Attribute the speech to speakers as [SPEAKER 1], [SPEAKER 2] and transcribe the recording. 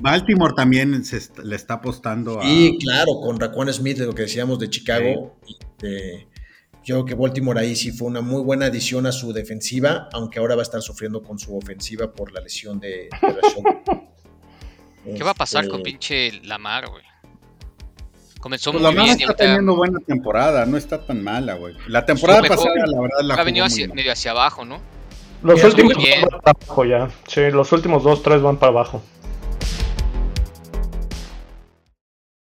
[SPEAKER 1] Baltimore también se est- le está apostando a.
[SPEAKER 2] Y claro, con Raquan Smith, de lo que decíamos de Chicago, este, yo creo que Baltimore ahí sí fue una muy buena adición a su defensiva, aunque ahora va a estar sufriendo con su ofensiva por la lesión de, de Rashad.
[SPEAKER 3] ¿Qué va a pasar
[SPEAKER 2] Este,
[SPEAKER 3] con pinche Lamar, güey? Comenzó
[SPEAKER 1] Pues
[SPEAKER 3] muy
[SPEAKER 1] la mano
[SPEAKER 3] bien y
[SPEAKER 1] está
[SPEAKER 3] ahorita
[SPEAKER 1] teniendo buena temporada, no está tan mala, güey. La temporada
[SPEAKER 3] Su Pues mejor-
[SPEAKER 1] pasada, la verdad, la
[SPEAKER 3] ha
[SPEAKER 1] jugó
[SPEAKER 3] venido
[SPEAKER 1] muy
[SPEAKER 3] hacia-
[SPEAKER 1] mal.
[SPEAKER 3] medio hacia abajo, ¿no?
[SPEAKER 4] Los
[SPEAKER 2] Mira,
[SPEAKER 4] últimos
[SPEAKER 3] muy bien.
[SPEAKER 4] dos van para abajo ya. Sí, los últimos dos, tres van para abajo.